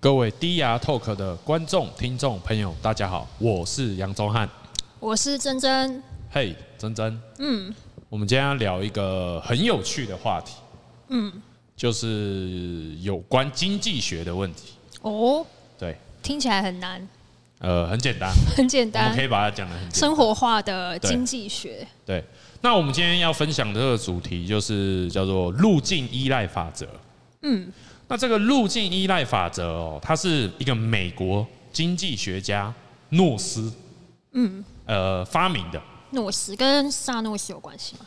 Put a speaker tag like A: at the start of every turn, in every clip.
A: 各位低牙 Talk 的观众、听众朋友，大家好，我是杨宗翰。
B: 我是珍珍，
A: 嘿，珍珍，嗯，我们今天要聊一个很有趣的话题，嗯，就是有关经济学的问题。
B: 哦，
A: 对，
B: 听起来很难，
A: 呃，很简单，
B: 很简
A: 我们
B: 单
A: 可，以把它讲的很简单
B: 生活化的
A: 对
B: 经济学。
A: 对，那我们今天要分享的这个主题就是叫做路径依赖法则。
B: 嗯，
A: 那这个路径依赖法则哦，它是一个美国经济学家诺斯，嗯，呃，发明的。
B: 诺斯跟萨诺斯有关系吗？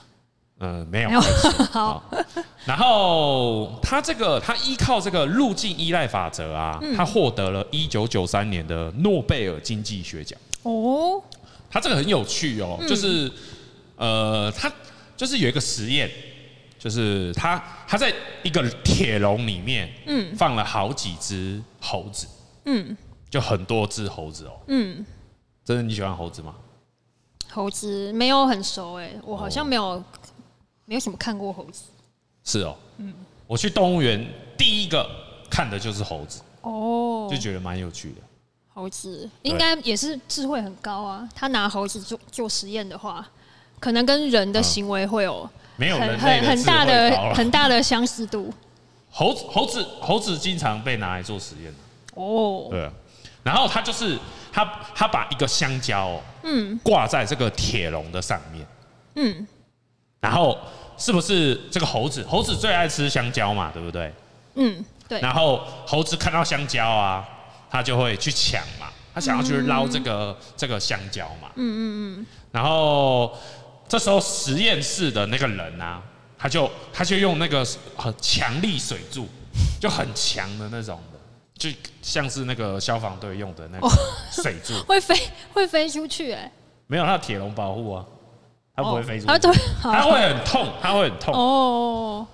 A: 嗯，没有。
B: 没有
A: 关 系好，然后他这个，他依靠这个路径依赖法则啊，
B: 嗯
A: 他获得了一九九三年的诺贝尔经济学奖。
B: 哦，
A: 他这个很有趣哦，
B: 嗯
A: 就是呃，他就是有一个实验，就是他他在一个铁笼里面，嗯，放了好几只猴子，
B: 嗯
A: 就很多只猴子哦。
B: 嗯，
A: 真的你喜欢猴子吗？
B: 猴子没有很熟哎、我好像没有、
A: 哦
B: 没有什么看过猴子。
A: 是哦，嗯，我去动物园第一个看的就是猴子，
B: 哦
A: 就，觉得蛮有趣的。
B: 猴子
A: 对
B: 应该也是智慧很高啊。他拿猴子做做实验的话，可能跟人的行为会有
A: 没有
B: 很
A: 人类
B: 很
A: 的
B: 很
A: 智慧
B: 大
A: 高啊
B: 的
A: 了。
B: 很大的相似度。
A: 猴子猴子猴子经常被拿来做实验，
B: 哦，
A: 对啊。然后他就是他他把一个香蕉、哦，嗯，挂在这个铁笼的上面，
B: 嗯，
A: 然后是不是这个猴子猴子最爱吃香蕉嘛，对不对？
B: 嗯，对，
A: 然后猴子看到香蕉啊，它就会去抢嘛，它想要去捞这个、这个香蕉嘛。嗯嗯嗯。然后这时候实验室的那个人啊，他就他就用那个很强力水柱，就很强的那种的，就像是那个消防队用的那个水柱，
B: 会飞会飞出去哎、
A: 没有它的铁笼保护啊，它不会飞出
B: 啊，
A: 去，
B: 对，
A: 它
B: 好
A: 会很痛，它会很痛。
B: 哦，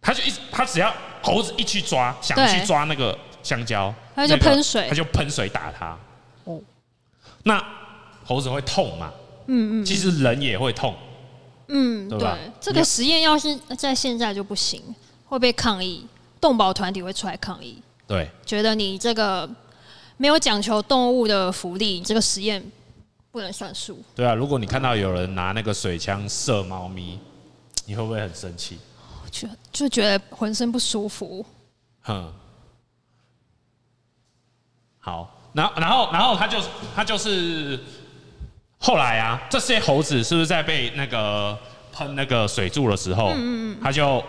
A: 他就一直，他只要猴子一去抓，想
B: 对
A: 去抓那个香蕉，
B: 它就
A: 那个
B: 喷水
A: 他就喷水打它。
B: 哦
A: 那猴子会痛嘛？嗯嗯，其实人也会痛，
B: 嗯，
A: 对
B: 对
A: 吧
B: 这
A: 你
B: 个实验要是在现在就不行，会被抗议，动保团体会出来抗议，
A: 对
B: 觉得你这个没有讲求动物的福利，你这个实验不能算数。
A: 对啊。如果你看到有人拿那个水枪射猫咪，你会不会很生气？
B: 我觉得就觉得浑身不舒服。
A: 哼，好，然后然后然后他就他就是后来啊，这些猴子是不是在被那个喷那个水柱的时候，嗯他就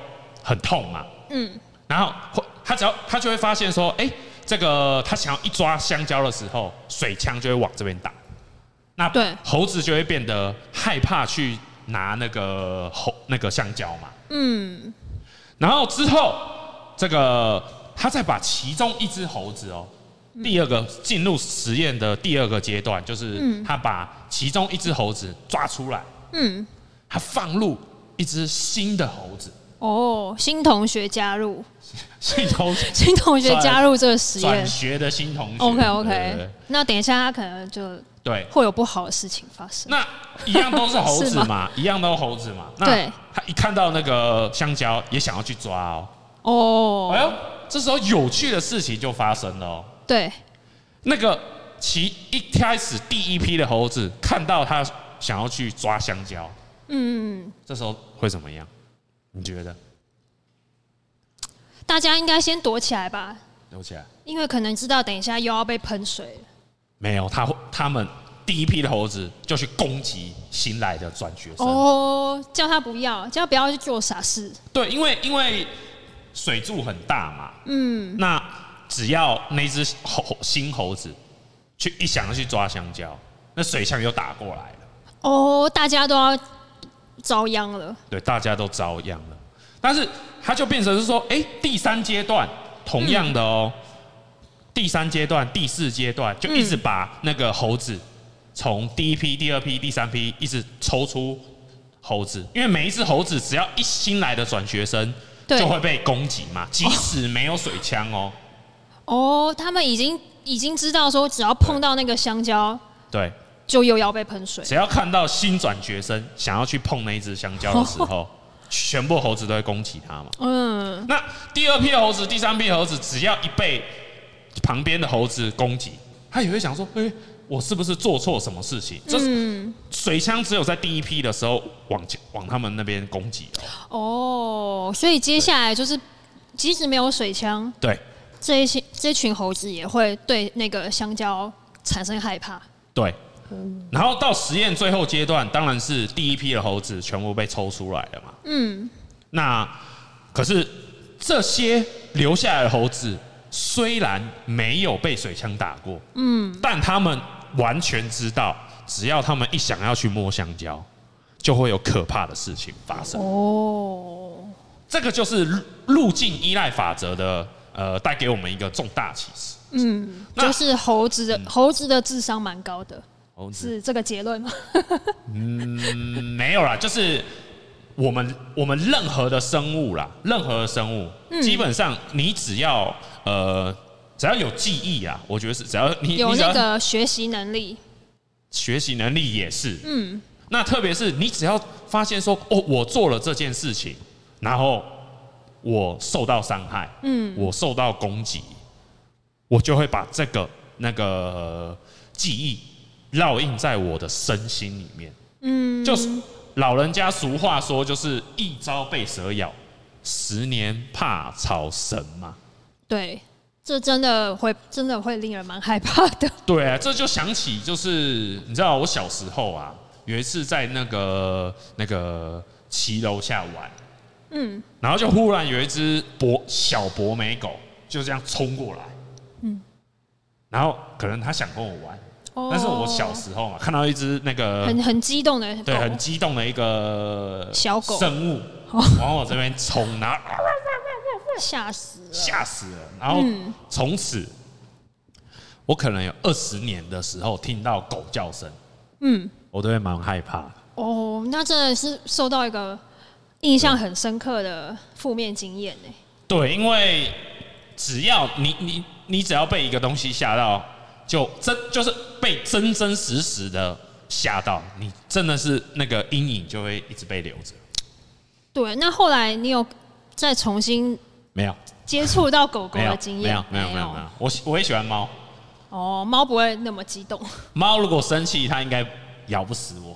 A: 很痛嘛，
B: 嗯，
A: 然后会他只要他就会发现说，哎、这个他想要一抓香蕉的时候，水枪就会往这边打，那
B: 对
A: 猴子就会变得害怕去拿那个猴那个香蕉嘛，
B: 嗯，
A: 然后之后，这个他再把其中一只猴子哦，第二个进入实验的第二个阶段，就是他把其中一只猴子抓出来，
B: 嗯，
A: 他放入一只新的猴子，
B: 哦，新同学加入，
A: 新同学
B: 新同学
A: 转
B: 加入这个实
A: 转
B: 验。
A: 学的新同学。
B: OK
A: 对
B: OK，那等一下他可能就
A: 对对，
B: 会有不好的事情发生。
A: 那一样都是猴
B: 是
A: 子
B: 吗
A: 嘛，一样都是猴子嘛。那
B: 对
A: 他一看到那个香蕉，也想要去抓哦。
B: 哦，
A: 哎呦，这时候有趣的事情就发生了哦。
B: 对，
A: 那个其一开始第一批的猴子看到它想要去抓香蕉，
B: 嗯，嗯嗯
A: 这时候会怎么样？你觉得？
B: 大家应该先躲起来吧，
A: 留起来？
B: 因为可能知道等一下又要被喷水了。
A: 没有，他他们第一批的猴子就去攻击新来的转学生。
B: 哦，叫他不要，叫他不要去做傻事。
A: 对，因为因为水柱很大嘛，嗯，那只要那只猴新猴子去一想要去抓香蕉，那水枪又打过来了。
B: 哦，大家都要遭殃了。
A: 对，大家都遭殃了。但是它就变成是说，哎、第三阶段同样的哦，第三阶段、第四阶段就一直把那个猴子从第一批、第二批、第三批一直抽出猴子，因为每一只猴子只要一新来的转学生
B: 对
A: 就会被攻击嘛，即使没有水枪哦，
B: 哦，他们已经已经知道说，只要碰到那个香蕉，
A: 对，
B: 就又要被喷水。
A: 只要看到新转学生想要去碰那一只香蕉的时候，全部猴子都会攻击他嘛。
B: 嗯，
A: 那第二批猴子、第三批猴子，只要一被旁边的猴子攻击，他也会想说，哎、我是不是做错什么事情？这是
B: 嗯，
A: 水枪只有在第一批的时候往往他们那边攻击哦。
B: 哦，所以接下来就是，即使没有水枪，
A: 对
B: 这一些这群猴子也会对那个香蕉产生害怕。
A: 对，
B: 嗯
A: 然后到实验最后阶段，当然是第一批的猴子全部被抽出来了嘛。
B: 嗯，
A: 那可是这些留下来的猴子虽然没有被水枪打过，嗯，但他们完全知道，只要他们一想要去摸香蕉，就会有可怕的事情发生。
B: 哦，
A: 这个就是路路径依赖法则的呃，带给我们一个重大启示。
B: 嗯，
A: 那
B: 就是猴子的猴子的智商蛮高的，
A: 猴子
B: 是这个结论吗？
A: 嗯没有啦，就是我们我们任何的生物啦，任何的生物，
B: 嗯
A: 基本上你只要呃。只要有记忆啊，我觉得是只要你
B: 有
A: 你只要
B: 那个学习能力，
A: 学习能力也是。嗯，那特别是你只要发现说，哦，我做了这件事情，然后我受到伤害，嗯，我受到攻击，我就会把这个那个、呃记忆烙印在我的身心里面。嗯，就是老人家俗话说，就是一朝被蛇咬，十年怕草绳嘛。
B: 对，这真的会真的会令人蛮害怕的。
A: 对、啊，这就想起就是你知道我小时候啊，有一次在那个那个骑楼下玩，
B: 嗯，
A: 然后就忽然有一只博小博美狗就这样冲过来，嗯，然后可能它想跟我玩，
B: 哦
A: 但是我小时候嘛，看到一只那个
B: 很很激动的狗，
A: 对很激动的一个
B: 小狗哦
A: 生物往我这边冲，然后啊
B: 吓死了。
A: 吓死了。
B: 嗯
A: 然后从此，我可能有二十年的时候听到狗叫声，
B: 嗯，
A: 我都会蛮害怕的。
B: 哦，那真的是受到一个印象很深刻的负面经验呢。
A: 对，因为只要你你你只要被一个东西吓到，就真就是被真真实实的吓到，你真的是那个阴影就会一直被留着。
B: 对，那后来你有再重新
A: 没有，
B: 接触到狗狗
A: 没有
B: 的，经
A: 没
B: 验
A: 有，？没有，没有，没有。我喜我也喜欢猫，
B: 哦，猫不会那么激动。
A: 猫如果生气，它应该咬不死 我。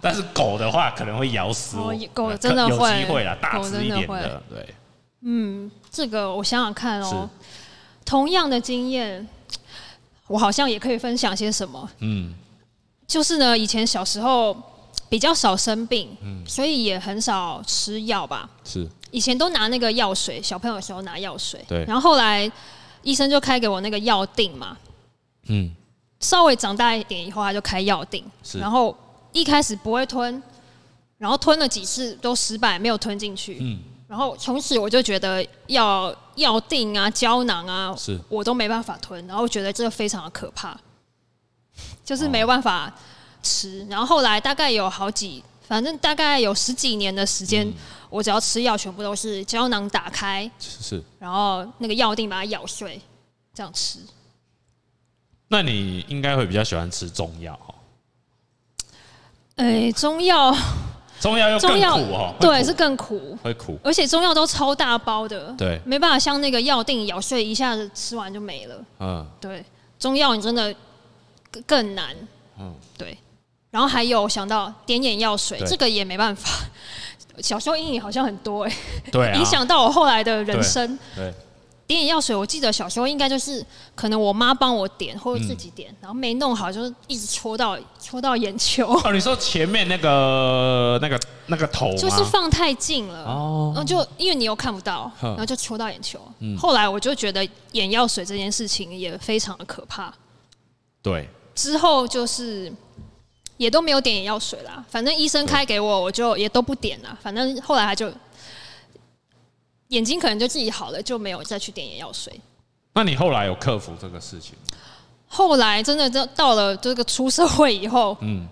A: 但是狗的话，可能会咬死我呃
B: 哦。狗真的
A: 有
B: 会
A: 机会啦，大
B: 狗
A: 只
B: 真
A: 一
B: 的
A: 点
B: 会
A: 的，对，
B: 嗯，这个我想想看
A: 是
B: 哦，同样的经验，我好像也可以分享些什么。
A: 嗯，
B: 就是呢，以前小时候比较少生病，
A: 嗯
B: 所以也很少吃药吧。
A: 是
B: 以前都拿那个药水，小朋友的时候拿药水，
A: 对
B: 然后后来医生就开给我那个药定嘛，
A: 嗯，
B: 稍微长大一点以后，他就开药定，
A: 是
B: 然后一开始不会吞，然后吞了几次都失败，没有吞进去，
A: 嗯
B: 然后从此我就觉得药药定啊、胶囊啊，
A: 是哦
B: 我都没办法吞，然后觉得这个非常的可怕，就是没办法吃。然后后来大概有好几，反正大概有十几年的时间，
A: 嗯
B: 我只要吃药，全部都是胶囊打开，
A: 是。
B: 然后那个药定把它咬碎，这样吃。
A: 那你应该会比较喜欢吃中药哦，
B: 哎，中药，
A: 中药又更
B: 中药
A: 苦哦，会
B: 对
A: 苦
B: 是更苦，
A: 会苦，
B: 而且中药都超大包的，
A: 对
B: 没办法像那个药定咬碎一下子吃完就没了。
A: 嗯
B: 对，中药你真的更更难。
A: 嗯，
B: 对。然后还有想到点眼药水，
A: 对
B: 这个也没办法。 小时候阴影好像很多哎、
A: 对啊，
B: 影响到我后来的人生。
A: 对，
B: 点眼药水，我记得小时候应该就是可能我妈帮我点或者自己
A: 嗯
B: 点，然后没弄好，就是一直戳到戳到眼球，
A: 哦，你说前面那个那个那个头吗？
B: 就是放太近了。
A: 哦
B: 然后就因为你又看不到，
A: 哼嗯
B: 然后就戳到眼球。后来我就觉得眼药水这件事情也非常的可怕。
A: 对，
B: 之后就是也都没有点眼药水啦，反正医生开给我，我就也都不点啦。反正后来他就眼睛可能就自己好了，就没有再去点眼药水。
A: 那你后来有克服这个事情吗？
B: 后来真的到到了这个出社会以后，
A: 嗯，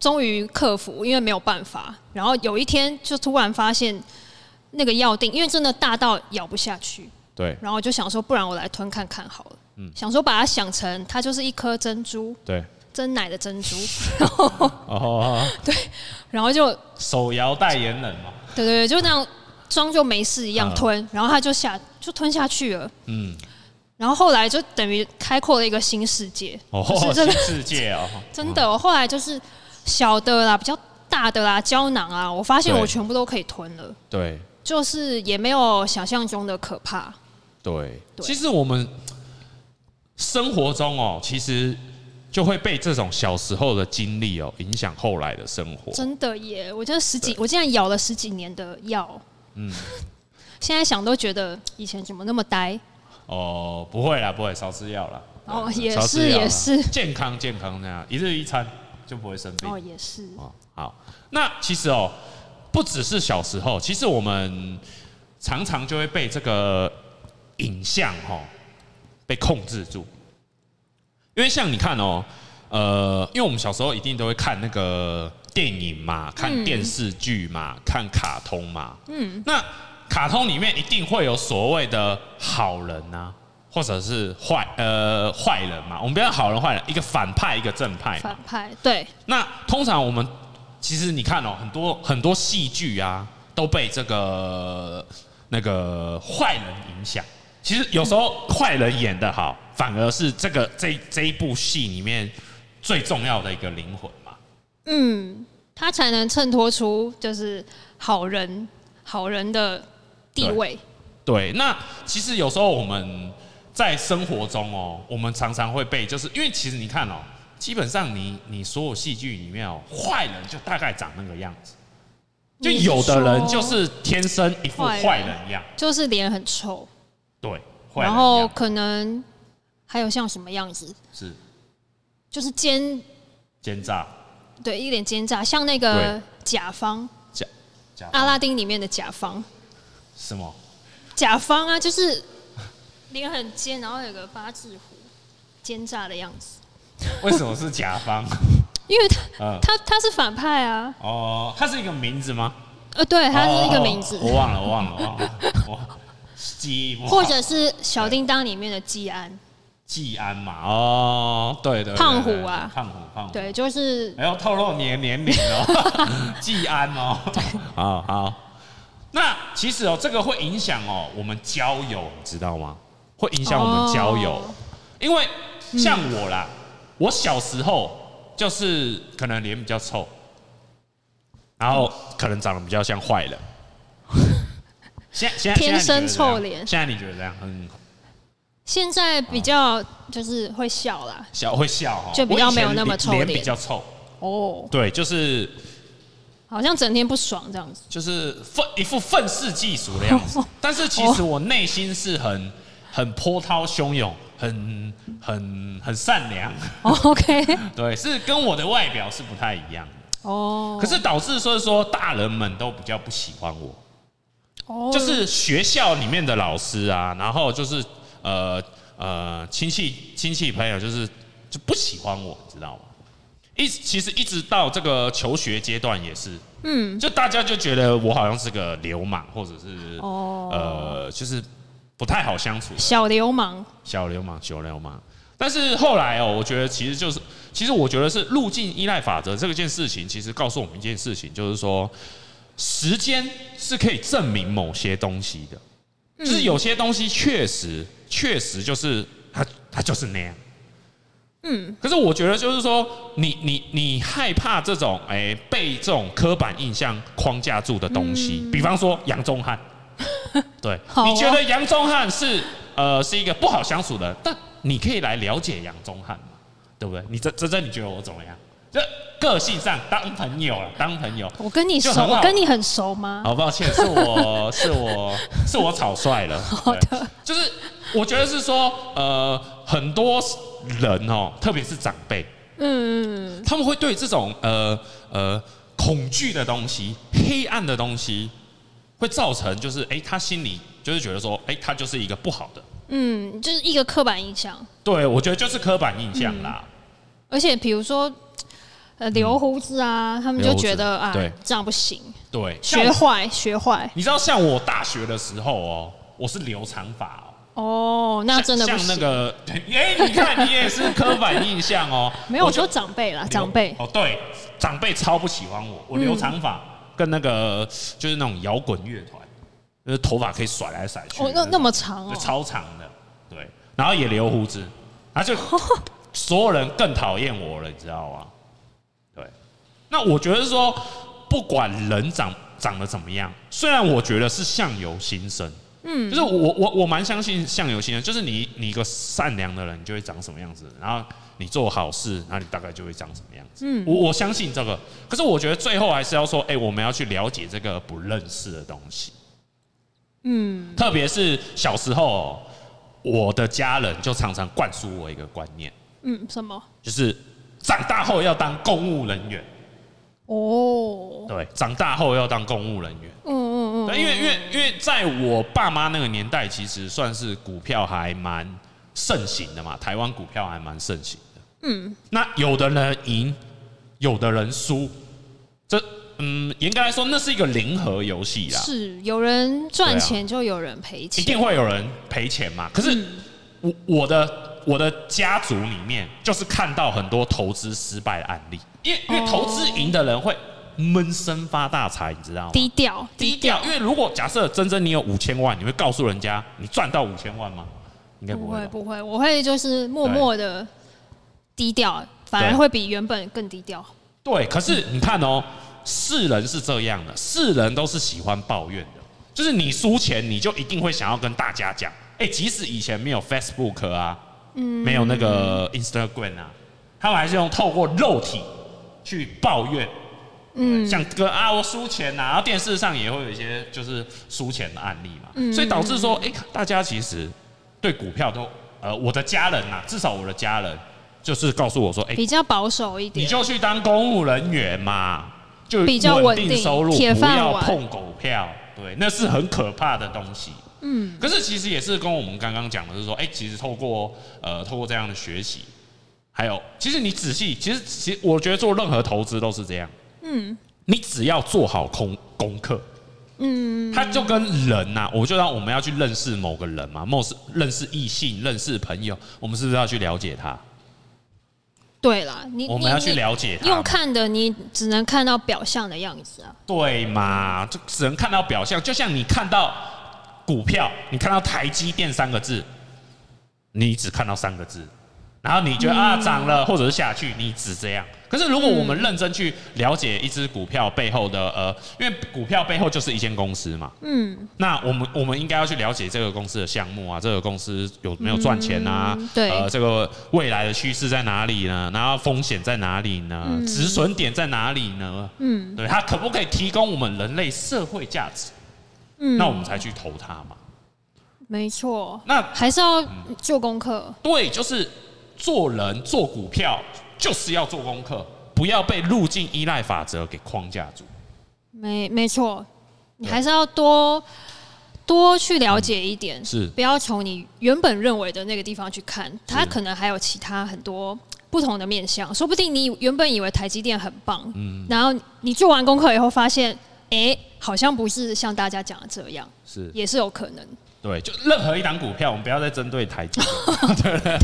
B: 终于克服，因为没有办法。然后有一天就突然发现那个药定，因为真的大到咬不下去，
A: 对
B: 然后我就想说，不然我来吞看看好了。
A: 嗯
B: 想说把它想成它就是一颗珍珠，
A: 对，
B: 真奶的珍 珠，
A: 哦，
B: 然后就
A: 手摇代言人嘛，
B: 对对对，就那样装作没事一样
A: 嗯
B: 吞，然后他就下就吞下去了。
A: 嗯，
B: 然后后来就等于开阔了一个新世界，
A: 哦，
B: 就是这个
A: 新世界哦，
B: 真的，我后来就是小的啦，比较大的啦，胶囊啊，我发现
A: 对
B: 我全部都可以吞了，
A: 对
B: 就是也没有想象中的可怕。
A: 对。
B: 对
A: 其实我们生活中哦，其实就会被这种小时候的经历哦影响后来的生活。
B: 真的耶！我真的十几，我竟然咬了十几年的药。嗯， 现在想都觉得以前怎么那么呆。
A: 哦，不会啦，不会，少吃药啦。
B: 哦，
A: 对
B: 也
A: 少吃
B: 是
A: 药啦
B: 也是，
A: 健康健康那样，一日一餐就不会生病。
B: 哦也是，
A: 哦，好，那其实哦，不只是小时候，其实我们常常就会被这个影像哦被控制住，因为像你看哦，呃，因为我们小时候一定都会看那个电影嘛，看电视剧嘛，看卡通嘛，嗯，那卡通里面一定会有所谓的好人呐、或者是坏呃坏人嘛，我们不要好人坏人，一个反派一个正派嘛
B: 反，派对，
A: 那通常我们其实你看哦，很多很多戏剧啊都被这个那个坏人影响。其实有时候坏人演得好，反而是这个这这一部戏里面最重要的一个灵魂嘛。
B: 嗯，他才能衬托出就是好人好人的地位。
A: 对，那其实有时候我们在生活中哦，我们常常会被，就是因为其实你看哦，基本上你你所有戏剧里面哦，坏人就大概长那个样子，就
B: 你是
A: 有的人
B: 说
A: 就是天生一副
B: 坏人
A: 坏人样，
B: 就是脸很臭，
A: 对，坏人
B: 然
A: 样
B: 后可能还有像什么样子，
A: 是
B: 就是奸
A: 奸诈
B: 对一脸奸诈，像那个甲方
A: 假假
B: 阿拉丁里面的甲方。
A: 什么？
B: 甲方啊，就是脸很尖，然后有个八字胡，奸诈的样子。啊
A: 为什么是甲方？
B: 因为他、
A: 嗯
B: 他他是反派啊，
A: 哦，它是一个名字吗？
B: 呃，对，他是一个名字，
A: 哦我忘了，我忘了，我忘了，我记忆不好
B: 或者是《小叮当》里面的季安，
A: 季安嘛？哦，对对，对
B: 胖虎
A: 对
B: 啊
A: 胖虎，胖虎，
B: 对，就是
A: 哎呦，透露你的年龄哦， 季安哦，好好。那其实哦，这个会影响哦我们交友，你知道吗？会影响我们交友，
B: 哦
A: 因为像我啦，我小时候就是可能脸比较臭，然后可能长得比较像坏 人。现在现在现在你觉得
B: 天生
A: 怎样
B: 臭脸
A: 现在你觉得这样很
B: 现在比较就是会笑啦。
A: 小会笑哈、哦，
B: 就比较
A: 我以前
B: 没有那么
A: 脸
B: 臭
A: 脸
B: 脸
A: 比较臭。
B: 哦，
A: 对，就是
B: 好像整天不爽这样 子。。
A: 就是愤一副愤世嫉俗的样子但是其实我内心是很很波涛汹涌，很很很善良，
B: 哦 OK，
A: 对，是跟我的外表是不太一样的。
B: 哦，
A: 可是导致所以说大人们都比较不喜欢我，
B: 哦
A: 就是学校里面的老师啊，然后就是呃呃亲戚亲戚朋友，就是就不喜欢我，你知道吗？一其实一直到这个求学阶段也是，嗯，就大家就觉得我好像是个流氓，或者是
B: 哦
A: 呃，就是不太好相处，
B: 小流氓，
A: 小流氓，小流氓。但是后来哦，我觉得其实就是，其实我觉得是路径依赖法则这件事情，其实告诉我们一件事情，就是说，时间是可以证明某些东西的，就是有些东西确实确实就是它它就是那样。嗯，可是我觉得就是说，你你你害怕这种哎、被这种刻板印象框架住的东西，比方说杨宗汉，对，
B: 好
A: 你觉
B: 哦
A: 得杨宗汉是呃是一个不好相处的人，但你可以来了解杨宗汉嘛，对不对？你这这这你觉得我怎么样？这个性上当朋友了，当朋友，
B: 我跟你熟，
A: 就很好
B: 我跟你很熟吗？
A: 好抱歉，是 我是我是我草率了。好
B: 的，
A: 就是我觉得是说，呃，很多人哦，特别是长辈，
B: 嗯，
A: 他们会对这种呃呃恐惧的东西、黑暗的东西，会造成就是哎、他心里就是觉得说，哎、他就是一个不好的。
B: 嗯，就是一个刻板印象。
A: 对，我觉得就是刻板印象啦。
B: 而且比如说，呃，留胡子啊，他们就觉得啊
A: 嗯留胡子对，
B: 这样不行，
A: 对，像
B: 嗯学坏，学坏。
A: 你知道，像我大学的时候哦，我是留长发哦。
B: 哦，
A: 像
B: 那真的不
A: 像那
B: 行。
A: 个，哎、你看你也是刻板印象哦。
B: 没有，我
A: 就
B: 说长辈啦，长辈嗯
A: 哦，对，长辈超不喜欢我，我留长发，跟那个就是那种摇滚乐团，就是头发可以甩来甩去的种，，
B: 哦那那么长
A: 就
B: 哦，
A: 超长的，对。然后也留胡子，然 后就所有人更讨厌我了，你知道吗？对，那我觉得是说，不管人长长得怎么样，虽然我觉得是相由心生，嗯，就是我我我蛮相信相由心生，就是你你一个善良的人，你就会长什么样子，然后你做好事，然后你大概就会长什么样子。嗯，我我相信这个，可是我觉得最后还是要说，哎、我们要去了解这个不认识的东西。嗯，特别是小时候哦、我的家人就常常灌输我一个观念，
B: 嗯，什么？
A: 就是长大后要当公务人员。
B: 哦，
A: 对，长大后要当公务人员。
B: 嗯嗯嗯，
A: 对，因为因为因为在我爸妈那个年代，其实算是股票还蛮盛行的嘛，台湾股票还蛮盛行的。嗯，那有的人赢，有的人输，这嗯，严格来说，那是一个零和游戏啦，
B: 是有人
A: 啊对啊
B: 赚钱就有人赔
A: 一
B: 钱，
A: 定会有人赔钱嘛。可是我我的我的家族里面，就是看到很多投资失败的案例，因为因为投资赢的人会闷声发大财，你知道吗？
B: 低调
A: 低调，因为如果假设真真你有五千万，你会告诉人家你赚到五千万吗？应该
B: 不
A: 不会
B: 会
A: 吧。
B: 不会，我会就是默默的低调，反而
A: 对
B: 会比原本更低调。
A: 对，可是你看哦，世人是这样的，世人都是喜欢抱怨的，就是你输钱，你就一定会想要跟大家讲。哎，即使以前没有 Facebook 啊，没有那个 Instagram 啊，他们还是用透过肉体去抱怨。嗯，像跟啊，我输钱呐、然后电视上也会有一些就是输钱的案例嘛，所以导致说，哎、大家其实对股票都，呃，我的家人呐、至少我的家人就是告诉我说，哎、
B: 比较保守一
A: 你
B: 点，
A: 就去当公务人员嘛，就
B: 比较稳定
A: 定收入，
B: 铁
A: 不
B: 饭
A: 要
B: 碗
A: 碰股票，对，那是很可怕的东西。嗯，可是其实也是跟我们刚刚讲的是说，哎、其实透过呃透过这样的学习，还有其实你仔细，其实其实我觉得做任何投资都是这样，嗯，你只要做好功功课。嗯，他就跟人呐、我就让我们要去认识某个人嘛，某是认识异性、认识朋友，我们是不是要去了解他？
B: 对啦，你
A: 我们
B: 你
A: 要去
B: 你
A: 了解他嘛
B: 用看的，你只能看到表象的样子啊。
A: 对嘛，就只能看到表象。就像你看到股票，你看到台积电三个字，你只看到三个字，然后你觉得、啊涨了，或者是下去，你只这样。可是如果我们认真去了解一只股票背后的呃，因为股票背后就是一间公司嘛，
B: 嗯，
A: 那我们我们应该要去了解这个公司的项目啊，这个公司有没有赚钱啊？
B: 嗯对
A: 呃，这个未来的趋势在哪里呢？然后风险在哪里呢？
B: 嗯
A: 止损点在哪里呢？嗯，对，它可不可以提供我们人类社会价值？嗯，那我们才去投它嘛。
B: 没错，
A: 那
B: 还是要做功课。
A: 对，就是做人做股票就是要做功课，不要被路径依赖法则给框架住。
B: 没没错，你还是要多多去了解一点，
A: 嗯是
B: 不要从你原本认为的那个地方去看，它可能还有其他很多不同的面向，说不定你原本以为台积电很棒，
A: 嗯
B: 然后你做完功课以后发现，哎、好像不是像大家讲的这样，
A: 是
B: 也是有可能。
A: 对，就任何一档股票，我们不要再针对台积， 对不对？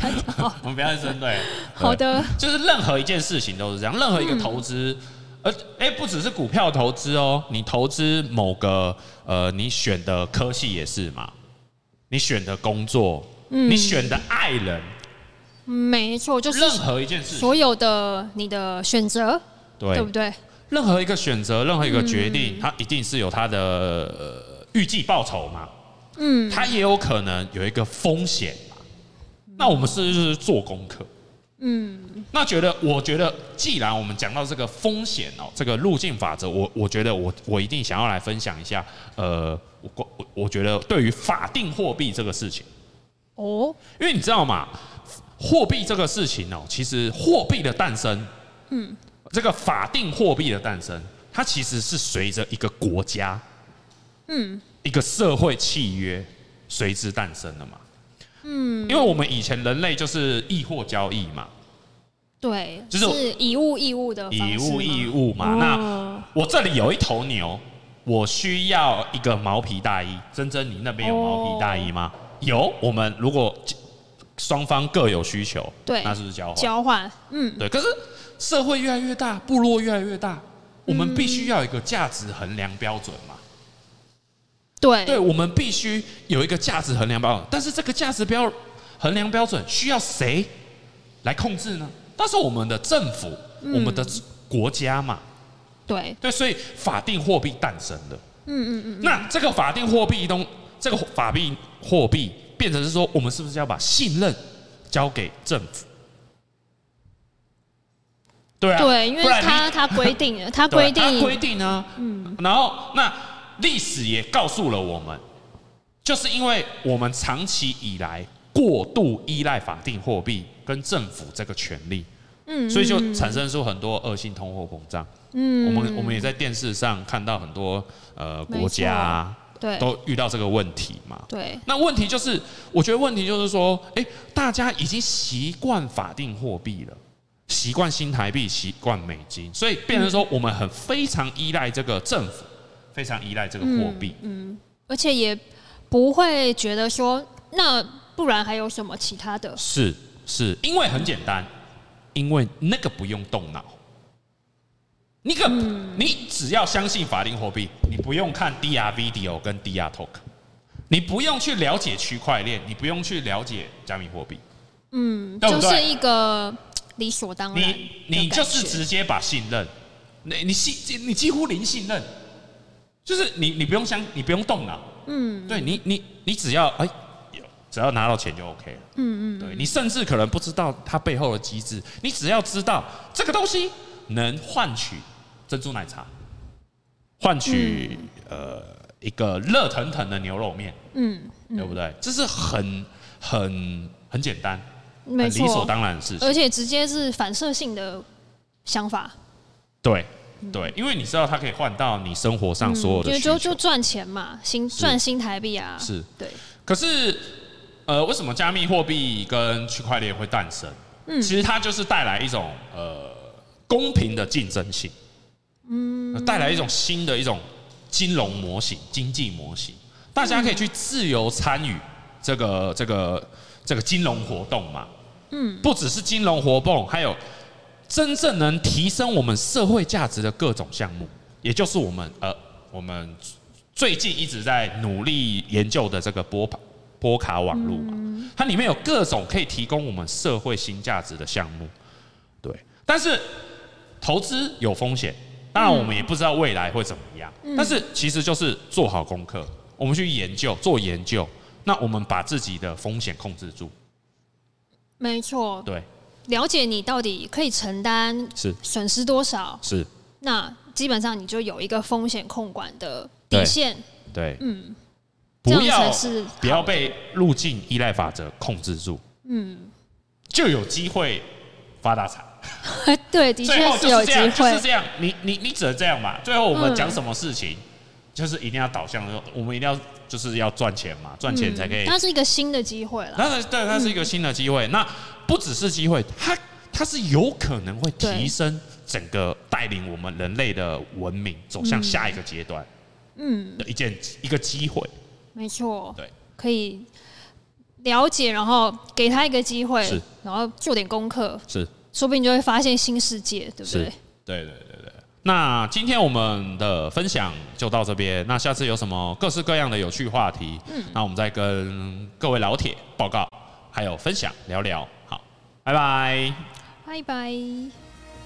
A: 我们不要再针对。
B: 好的，
A: 就是任何一件事情都是这样，任何一个投资，
B: 嗯
A: 而哎、不只是股票投资哦，你投资某个呃，你选的科系也是嘛，你选的工作，你选的爱人，
B: 没错，嗯就是
A: 任何一件事情，
B: 所有的你的选择，对
A: 对
B: 不，对？
A: 任何一个选择，任何一个决定，它一定是有它的呃预计报酬嘛，嗯，它也有可能有一个风险嘛，那我们是不是做功课？那觉得，我觉得，既然我们讲到这个风险哦，这个路径法则，我我觉得我我一定想要来分享一下，呃，我我我觉得对于法定货币这个事情，
B: 哦，
A: 因为你知道嘛，货币这个事情哦，其实货币的诞生，嗯，这个法定货币的诞生，它其实是随着一个国家，嗯，一个社会契约随之诞生的嘛，嗯，因为我们以前人类就是易货交易嘛。
B: 对，
A: 就是
B: 以物易物的方
A: 以
B: 式
A: 物易
B: 吗
A: 物嘛。
B: 哦
A: 那我这里有一头牛，我需要一个毛皮大衣。珍珍，你那边有毛皮大衣吗？
B: 哦
A: 有。我们如果双方各有需求，
B: 对
A: 那是不是交换？
B: 交换，嗯。
A: 对。可是社会越来越大，部落越来越大，我
B: 嗯
A: 们必须要有一个价值衡量标准嘛。
B: 对，
A: 对，我们必须有一个价值衡量标准，但是这个价值标衡量标准需要谁来控制呢？那是我们的政府，
B: 嗯
A: 我们的国家嘛。
B: 对，
A: 对，所以法定货币诞生了。嗯嗯嗯。那这个法定货币中，这个法币货币变成是说，我们是不是要把信任交给政府？对啊，
B: 对，因为
A: 不然你
B: 它它规定了，它
A: 对
B: 规
A: 它规
B: 定，嗯
A: 定啊，然后那历史也告诉了我们，就是因为我们长期以来过度依赖法定货币跟政府这个权利，
B: 嗯，
A: 所以就
B: 嗯
A: 产生出很多恶性通货膨胀。嗯，我们我们也在电视上看到很多呃
B: 没错
A: 国家、啊、
B: 对
A: 都遇到这个问题嘛。
B: 对
A: 那问题就是，我觉得问题就是说，哎、大家已经习惯法定货币了，习惯新台币，习惯美金，所以变成说我们很非常依赖这个政府，非常依赖这个货币。
B: 而且也不会觉得说，那不然还有什么其他的？
A: 是是，因为很简单，因为那个不用动脑。那个，你只要相信法定货币，你不用看 DR Video 跟 DR Talk，你不用去了解区块链，你不用去了解加密货币，
B: 嗯，
A: 对不
B: 就
A: 对
B: 是一个理所当然的
A: 你你
B: 感
A: 就是
B: 觉
A: 直接把信任，你你信你几乎零信任，就是你你不用相你不用动脑，嗯，对你你你只要哎、有只要拿到钱就 OK 了，嗯嗯，对你甚至可能不知道它背后的机制，你只要知道这个东西能换取珍珠奶茶，换取、呃一个热腾腾的牛肉面，
B: 嗯，
A: 对不对？这是很很很简单，很
B: 没
A: 理所
B: 错，
A: 当然的事情。
B: 而且直接是反射性的想法，
A: 对对，因为你知道它可以换到你生活上所有嗯的
B: 嗯就
A: 需
B: 就
A: 求。
B: 就赚钱嘛，新赚新台币啊，
A: 是
B: 对，
A: 可是，呃，为什么加密货币跟区块链会诞生？嗯，其实它就是带来一种呃公平的竞争性，嗯，带来一种新的一种金融模型、经济模型，大家可以去自由参与这个这个这个金融活动嘛。嗯，不只是金融活动，还有真正能提升我们社会价值的各种项目，也就是我们呃我们最近一直在努力研究的这个波卡波卡网络
B: 嗯
A: 嘛，它里面有各种可以提供我们社会新价值的项目，对。但是投资有风险，当然我们也不知道未来会怎么样，
B: 嗯
A: 但是其实就是做好功课，我们去研究做研究，那我们把自己的风险控制住，
B: 没错，
A: 对，
B: 了解你到底可以承担
A: 是
B: 损失多少，
A: 是，
B: 那基本上你就有一个风险控管的底
A: 对
B: 线，
A: 对，
B: 嗯，这
A: 不
B: 样
A: 要
B: 才是 好
A: 不要被路径依赖法则控制住，
B: 嗯，
A: 就有机会发大财。
B: 对，的
A: 最
B: 确
A: 后就是
B: 有
A: 这
B: 机
A: 样，就
B: 会
A: 是，这样，你你你只能这样嘛。最后我们
B: 嗯
A: 讲什么事情，就是一定要导向，我们一定要就是要赚钱嘛，赚钱才可以。
B: 它是一个新的机会啦。
A: 那对，它是一个新的机会。那不只是机会，它它是有可能会提升整个带领我们人类的文明走向下一个阶段
B: 嗯，
A: 的一件一个机会。
B: 没错，
A: 对，
B: 可以了解，然后给他一个机会
A: 是，
B: 然后做点功课，
A: 是，
B: 说不定就会发现新世界，对不
A: 是
B: 对？
A: 对对对对。那今天我们的分享就到这边，那下次有什么各式各样的有趣话题，那我们再跟各位老铁报告，还有分享聊聊。好，拜拜。
B: 拜拜。